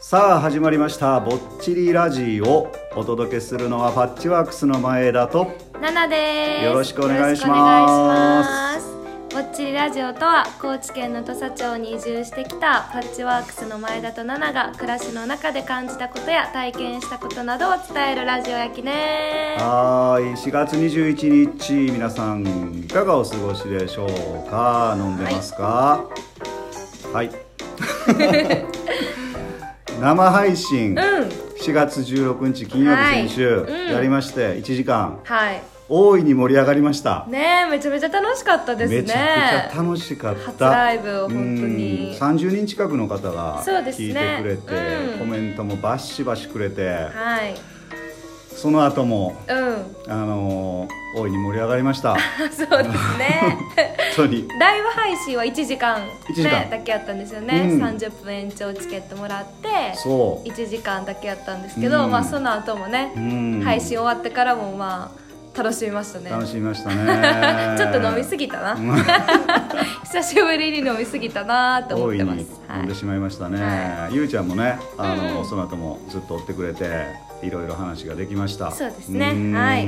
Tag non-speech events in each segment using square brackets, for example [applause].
さあ始まりました「ぼっちりラジオ」お届けするのはパッチワークスの前田とナナです。よろしくお願いしますよろしくお願いします。ぼっちりラジオとは高知県の土佐町に移住してきたパッチワークスの前田とナナが暮らしの中で感じたことや体験したことなどを伝えるラジオやきねはーい4月21日皆さんいかがお過ごしでしょうか飲んでますか [laughs] はい、生配信、うん4月16日金曜日先週、はいうんやりまして1時間はい大いに盛り上がりました、ねえめちゃめちゃ楽しかったですねめちゃくちゃ楽しかった初ライブを本当にうん30人近くの方がそうですね聞いてくれて、うんコメントもバシバシくれてはいその後もうんあのー大いに盛り上がりま [laughs] したあそうですね本当に [laughs] ライブ配信は1時間,、ね、 1時間だけやったんですよね、うん30分延長チケットもらってそう1時間だけやったんですけど、うんまあその後もね、うん配信終わってからもまあ楽しみましたね楽しみました [laughs] ねちょっと飲みすぎた [laughs] な久しぶりに飲みすぎたなと思大っいてにます、飲んでしまいましたね、はゆうちゃんもねあの、うんうんその後もずっと追ってくれていろいろ話ができましたそうですねうんはい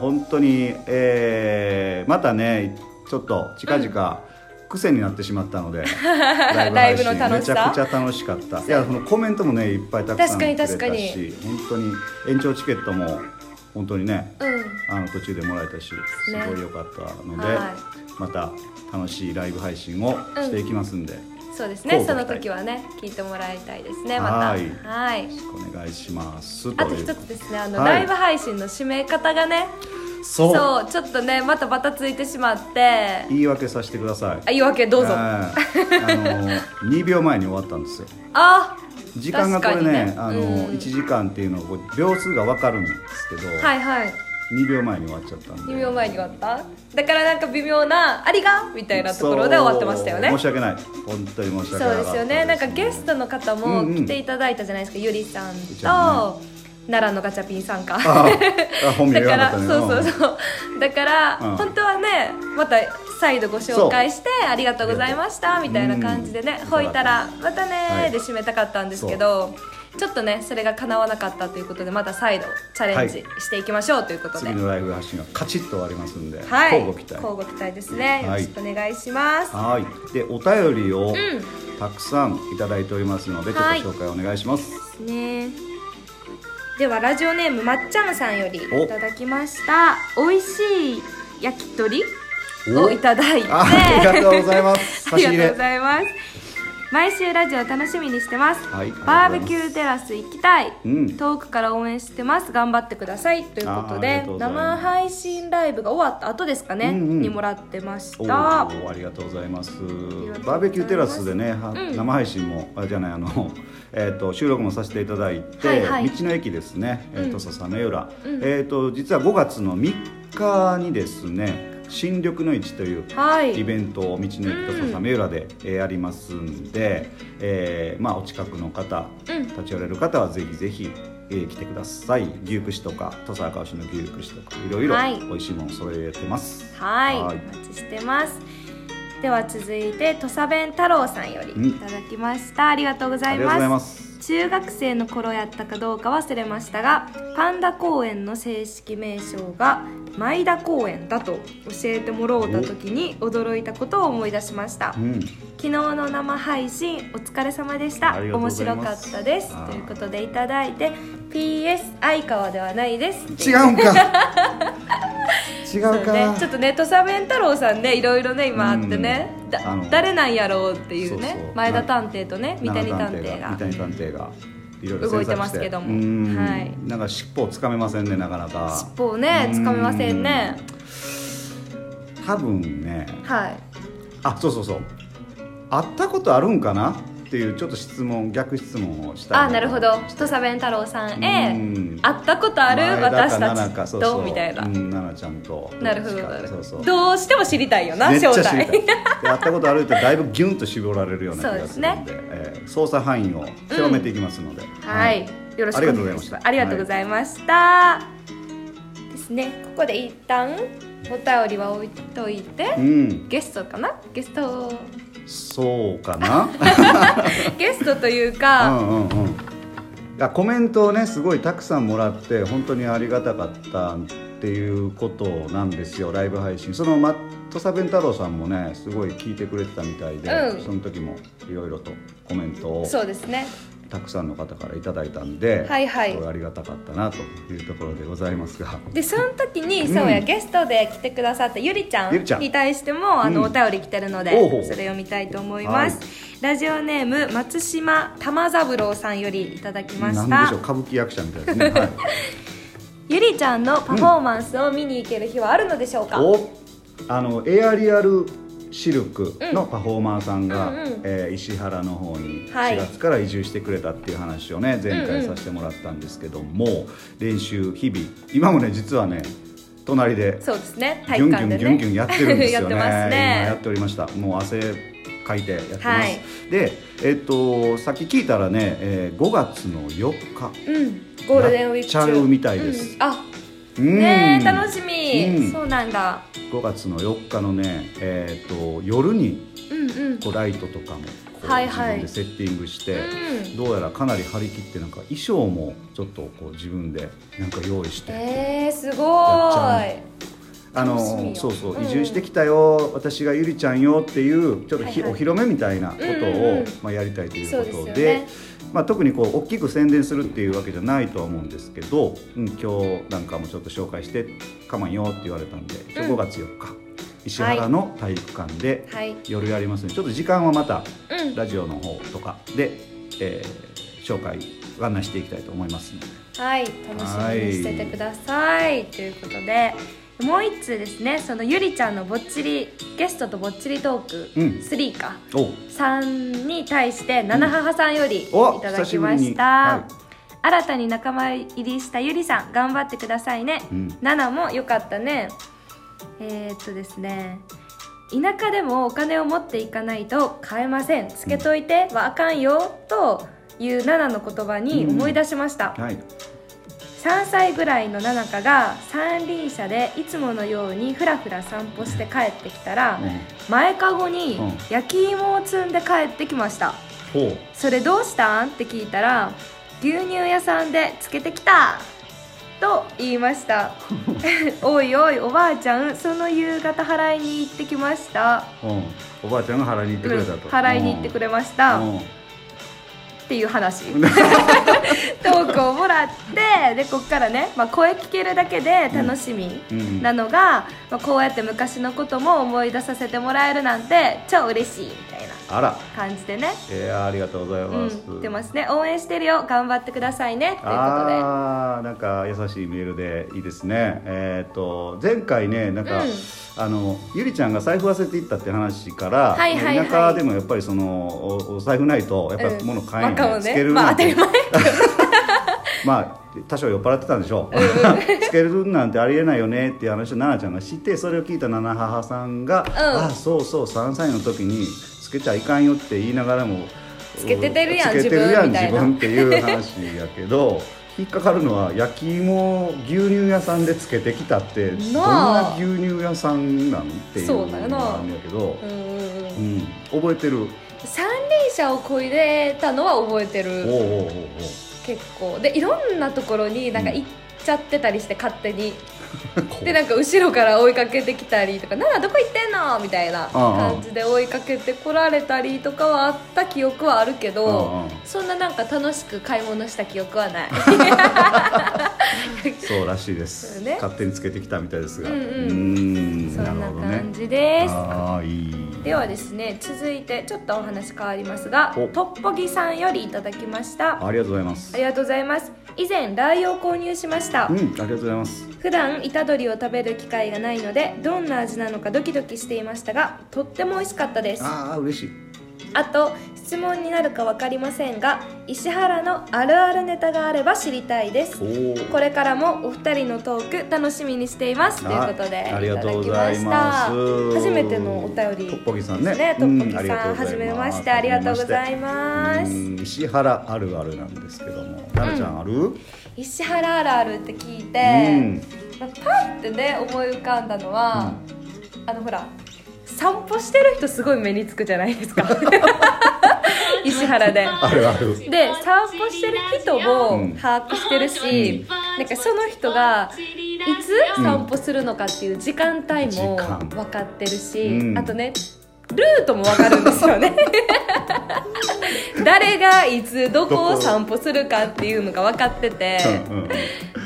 本当に、えーまたねちょっと近々、癖になってしまったの [laughs] でラ配信ライブの楽しさめちゃくちゃ楽しかったいやそのコメントもねいっぱいたくさんくれたし確かに確かに本当に延長チケットも本当にねはい、うんあの途中でもらえたしすねごい良かったので、はまた楽しいライブ配信をしていきますんで、そうです乞ねうご期その待時はね聞いてもらいたいですねまたはいはいよろしくお願いしますあと一といつうですねあの、はいライブ配信の締め方がねそうそうちょっとねまたバタついてしまって言い訳させてくださいあ言い訳どうぞあはいあの2秒前に終わったんですよあ時間がこれね確あかにねのうん1時間っていうのをこう秒数が分かるんですけど、はいはい2秒前に終わっちゃったんで2秒前に終わっただからなんか微妙な「ありが」みたいなところで終わってましたよねそう申し訳ない本当に申しそう訳ないですよねなんかゲストの方もうんうん来ていただいたじゃないですか、ゆりさんちゃと、奈良のガチャピンさんかああ本名だ言わかならか [laughs] そったねうそうそうだから、うん本当はねまた再度ご紹介してありがとうございましたみたいな感じでねうんほいたらまたねはいーで締めたかったんですけど、ちょっとねそれが叶わなかったということでまた再度チャレンジしていきましょうということで、次のライブ配信はカチッと終わりますんで、はい、交互期待交互期待ですね。よろはいしくお願いします。はいでお便りをんたくさんいただいておりますので、はいちょっと紹介お願いしますね。ではラジオネームまっちゃんさんよりおいただきました。美味しい焼き鳥おをいただいて、あありがとうございます。 [laughs] あ差し入りがとれうご。ざいます。毎週ラジオ楽しみにしてます。はいバーベキューテラス行きたい、うん遠くから応援してます。頑張ってくださいということあーありでがとうございま生す配信ライブが終わった後ですかね、うんうんにもらってましおた。ーありがとうございますがとうございますバーベキューテラスでね、はうん生配信もあじゃないあの、 [laughs] えー、と収録もさせていただいて、はいはい道の駅ですね、えー、と笹目浦、うんえー、と実は5月の3日にですね新緑の市というはい。イベントを道の駅と笹目浦で、えーありますんで、えーまあ、お近くの方、うん立ち寄られる方はぜひぜひ、えー来てください牛串とか土佐赤牛の牛串とかいろいろはい美味しいもの揃えてますはい、はいお待ちしてます。では続いて土佐弁太郎さんよりうんいただきました。ありがとうござあいりがとうございま。ますす中学生の頃やったかどうか忘れましたがパンダ公園の正式名称が前田公園だと教えてもらうた時に驚いたことを思い出しましたうん、昨日の生配信お疲れ様でしたありがとうご面ざい白まかすったですあーということでいただいて PS 相川ではないです違うんか [laughs] 違うそうかね、ちょっとね土佐弁太郎さんねいろいろね今あってね、うんだあの誰なんやろうっていうねそうそう前田探偵とね三谷探偵が三谷探偵がいろいろ動いてますけども制作してうんはいなんか尻尾をつかめませんねなかなか尻尾をねつかめませんね多分ねはいあそうそうそう会ったことあるんかなっていうちょっと質問逆質問をしたいあなるほど土佐弁太郎さんへうん会ったことある前田か私た奈々かちそとうそうみたいな、うん奈々ちゃんとなるほどどっちかなるほそうどそうどうしても知りたいよなめっちゃ正知りたい体で会ったことあるってだいぶギュンと絞られるような気がするんでえー捜査範囲を広めていきますので、 [laughs] はい、よろしくお願いします。ありがとうごいざいました。ですね、ここで一旦お便りは置いといて、はいうんゲストかな、ゲ [laughs] スト、そうかなゲストというか、うんうんうんだコメントをねすごいたくさんもらって本当にありがたかったっていうことなんですよライブ配信そのマットサベン太郎さんもねすごい聞いてくれてたみたいで、うんその時もいろいろとコメントをそうですねたくさんの方からいただいたんで、はいはいすごありがたかったなというところでございます [laughs] が。でその時にそうや、ゲストで来てくださったゆりちゃゆりちゃんんに対してもあの、うんお便り来てるのでおうほうそれ読みたいと思います、ラジオネーム松島玉三郎さんよりいただきまなしんでたしょう歌舞伎役者みたいですね、はい、ゆりちゃんのパフォーマンスを見に行ける日はあるのでしょうか、おあのエアリアルシルクのパフォーマーさんが、うんうんえー石原の方には4い月から移住してくれたっていう話をね前うんう回んさせてもらったんですけども、練習日々今もね実はね隣でそうですねギ体ュンギュ育館ンでねギュンギュンやってるんですよ [laughs] やっねてます今やねっておりましたもう汗かいてやってます、はいでえっとさっき聞いたらね、えー5月の4日うんゴールデンウィーク中やっちゃうみたいですうんあうんねえ楽しみ、うんそうなんだ5月の4日のね、えー、と夜にうんうんこうライトとかもこうはい自はい分でセッティングして、うんどうやらかなり張り切ってなんか衣装もちょっとこう自分でなんか用意して、えー、すごゃーいあの楽しみよそうそう、うんうん移住してきたよ私がゆりちゃんよっていうちょっとひ、はいはいお披露目みたいなことを、うんうんうんまあ、やりたいということそうでですよねまあ、特にこう大きく宣伝するっていうわけじゃないとは思うんですけど、うん、今日なんかもちょっと紹介してかまんよって言われたんで、う5ん月4日石原の体育館で、はい夜やりますねちょっと時間はまたうんラジオの方とかで、えー紹介ご案内していきたいと思いますのではい、楽しみにしててください、ということでもう一通ですねそのゆりちゃんのぼっちりゲストとぼっちりトークうん3か、おさんに対して七母さんよりいおただ久きしぶりまにした、は新たに仲間入りしたゆりさん頑張ってくださいね、うんナナもよかったねえー、っとですね田舎でもお金を持っていかないと買えませんつけといてはあかんよというナナの言葉に思い出しました、い、はい、 3歳ぐらいのななかが三輪車でいつものようにふらふら散歩して帰ってきたら、うん前かごにうん焼き芋を積んで帰ってきましたほうそれどうしたんって聞いたら牛乳屋さんでつけてきたと言いました [laughs] おいおいおばあちゃんその夕方払いに行ってきましたうん、おばあちゃんが払いに行ってくれたと、うん払いに行ってくれれました、うんってい [laughs] う話トークをもらってでこっからね、まあ、声聞けるだけで楽しみうんなのが、まあ、こうやって昔のことも思い出させてもらえるなんて超嬉しいみたいなあら感じでね、えー、ありがとうございうん、ます、言ってますね応援してるよ頑張ってくださいねということであーなんか優しいメールでいいですねえっ、と前回ねなんか、うんあのゆりちゃんが財布忘れていったって話から、はいはいはい田舎でもやっぱりそのおお財布ないとやっぱうりん物買えんバカよ、をつけねるまあなん当たて、り前 [laughs] まあ、多少酔っ払ってたんでしょう [laughs] つけるなんてありえないよねっていう話を奈々ちゃんがしてそれを聞いた奈々母さんが「あそうそう3歳の時につけちゃいかんよ」って言いながらも「つけててるやんつけてるやん自分みたい自な分」っていう話やけど [laughs] 引っかかるのは焼き芋を牛乳屋さんでつけてきたってどんななあ牛乳屋さんなんっていうそうだよのながあるんやけどう、んうんうんうん、覚えてる三輪車をこいでたのは覚えておうるおうおうおう結構でいろんなところになんか行っちゃってたりして勝手に。でなんか後ろから追いかけてきたりとか「なあどこ行ってんの?」みたいな感じで追いかけてこられたりとかはあった記憶はあるけうんうどんそんななんか楽しく買い物した記憶はないそうらしいです、そうね勝手につけてきたみたいですがうんうんーそんな感じなでるすほどねああいいではですね続いてちょっとお話変わりますがおトッポギさんよりいただきましたあありがとうございますりがとうございます以前ラー油を購入しましたうんありがとうございます普段虎杖を食べる機会がないのでどんな味なのかドキドキしていましたがとっても美味しかったですああ嬉しいあと質問になるか分かりませんが石原のあるあるネタがあれば知りたいですおおこれからもお二人のトーク楽しみにしていますということであありがとうございますただきました初めてのお便りトッポギさんねねトッポギうんありがさとんうございます初めましてありがとうございまうすん石原あるあるなんですけどもなるちゃんある、うん石原あるあるって聞いて、まあパッてね思い浮かんだのは、 [laughs] あのほら散歩してる人すごい目につくじゃないですか石原で。あるあるで散歩してる人うもん把握してるし、なんかその人がいつ散歩するのかっていう時間帯時も間分かってるし、うんあとねルートも分かるんですよ [laughs] ね誰がいつどこを散歩するかっていうのが分か [laughs] ってて、うんうんうん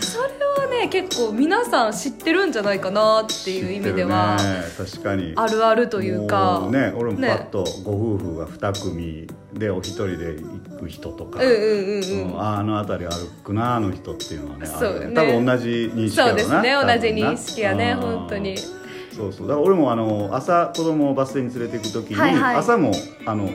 それはね結構皆さん知ってるんじゃないかなっていう意味では、知ってるね確かにあるあるというかもね俺もパねッとご夫婦が2組でお一人で行く人とか、うんうんうんうんうんああの辺り歩くなあの人っていうのはねあるよそうね多分同じ認識やそろなうですね多分同なじ認識やねうん本当にそうそうだから俺もあの朝子供をバス停に連れて行く時に、はいはい朝もあの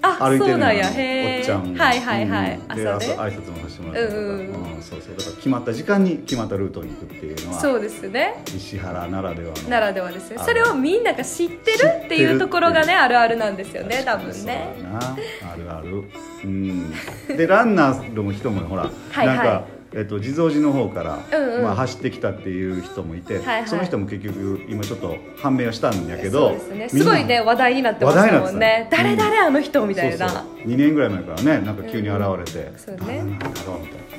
あ歩いてそるのうなんよやあのおへえっちゃんはいはいはい、うんで朝朝ね挨拶もさせてもらったりとか、ううんうんんそうそうだから決まった時間に決まったルートに行くっていうのはそうですね石原ならではのならではですよあのそれをみんなが知ってるっていうところが知ってねあるあるなんですよね確多かに分ねそうだなあるあるうんでランナーの人もほらはいはいなんか、えっと、地蔵寺の方から、うんうんまあ、走ってきたっていう人もいて、はいはいその人も結局今ちょっと判明はしたんやけそうどですねすごいね話題になってまし話題たになってもんたね誰うん誰あの人みみんたいなそうそう2年ぐらい前からねなんか急に現れて、そうね誰なんだろうみたい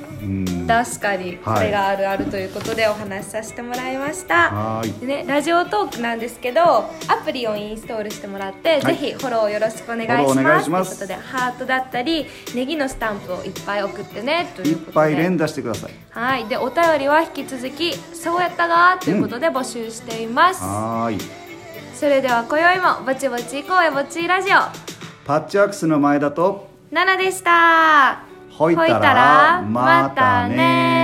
なうん確かにはいこれがあるあるということでお話しさせてもらいました、はーいでね、ラジオトークなんですけどアプリをインストールしてもらって、はいぜひフォローよろしくお願いしフォローますお願いしますということでハートだったりネギのスタンプをいっぱい送ってねといいっうことぱでい連打してくださいはいでお便りは引き続き「そうやったが」ということで募集しています、はーいそれでは今宵もぼちぼち行こうよぼっちいラジオパッチワークスの前だとナナでしたほいたらほいたらまたね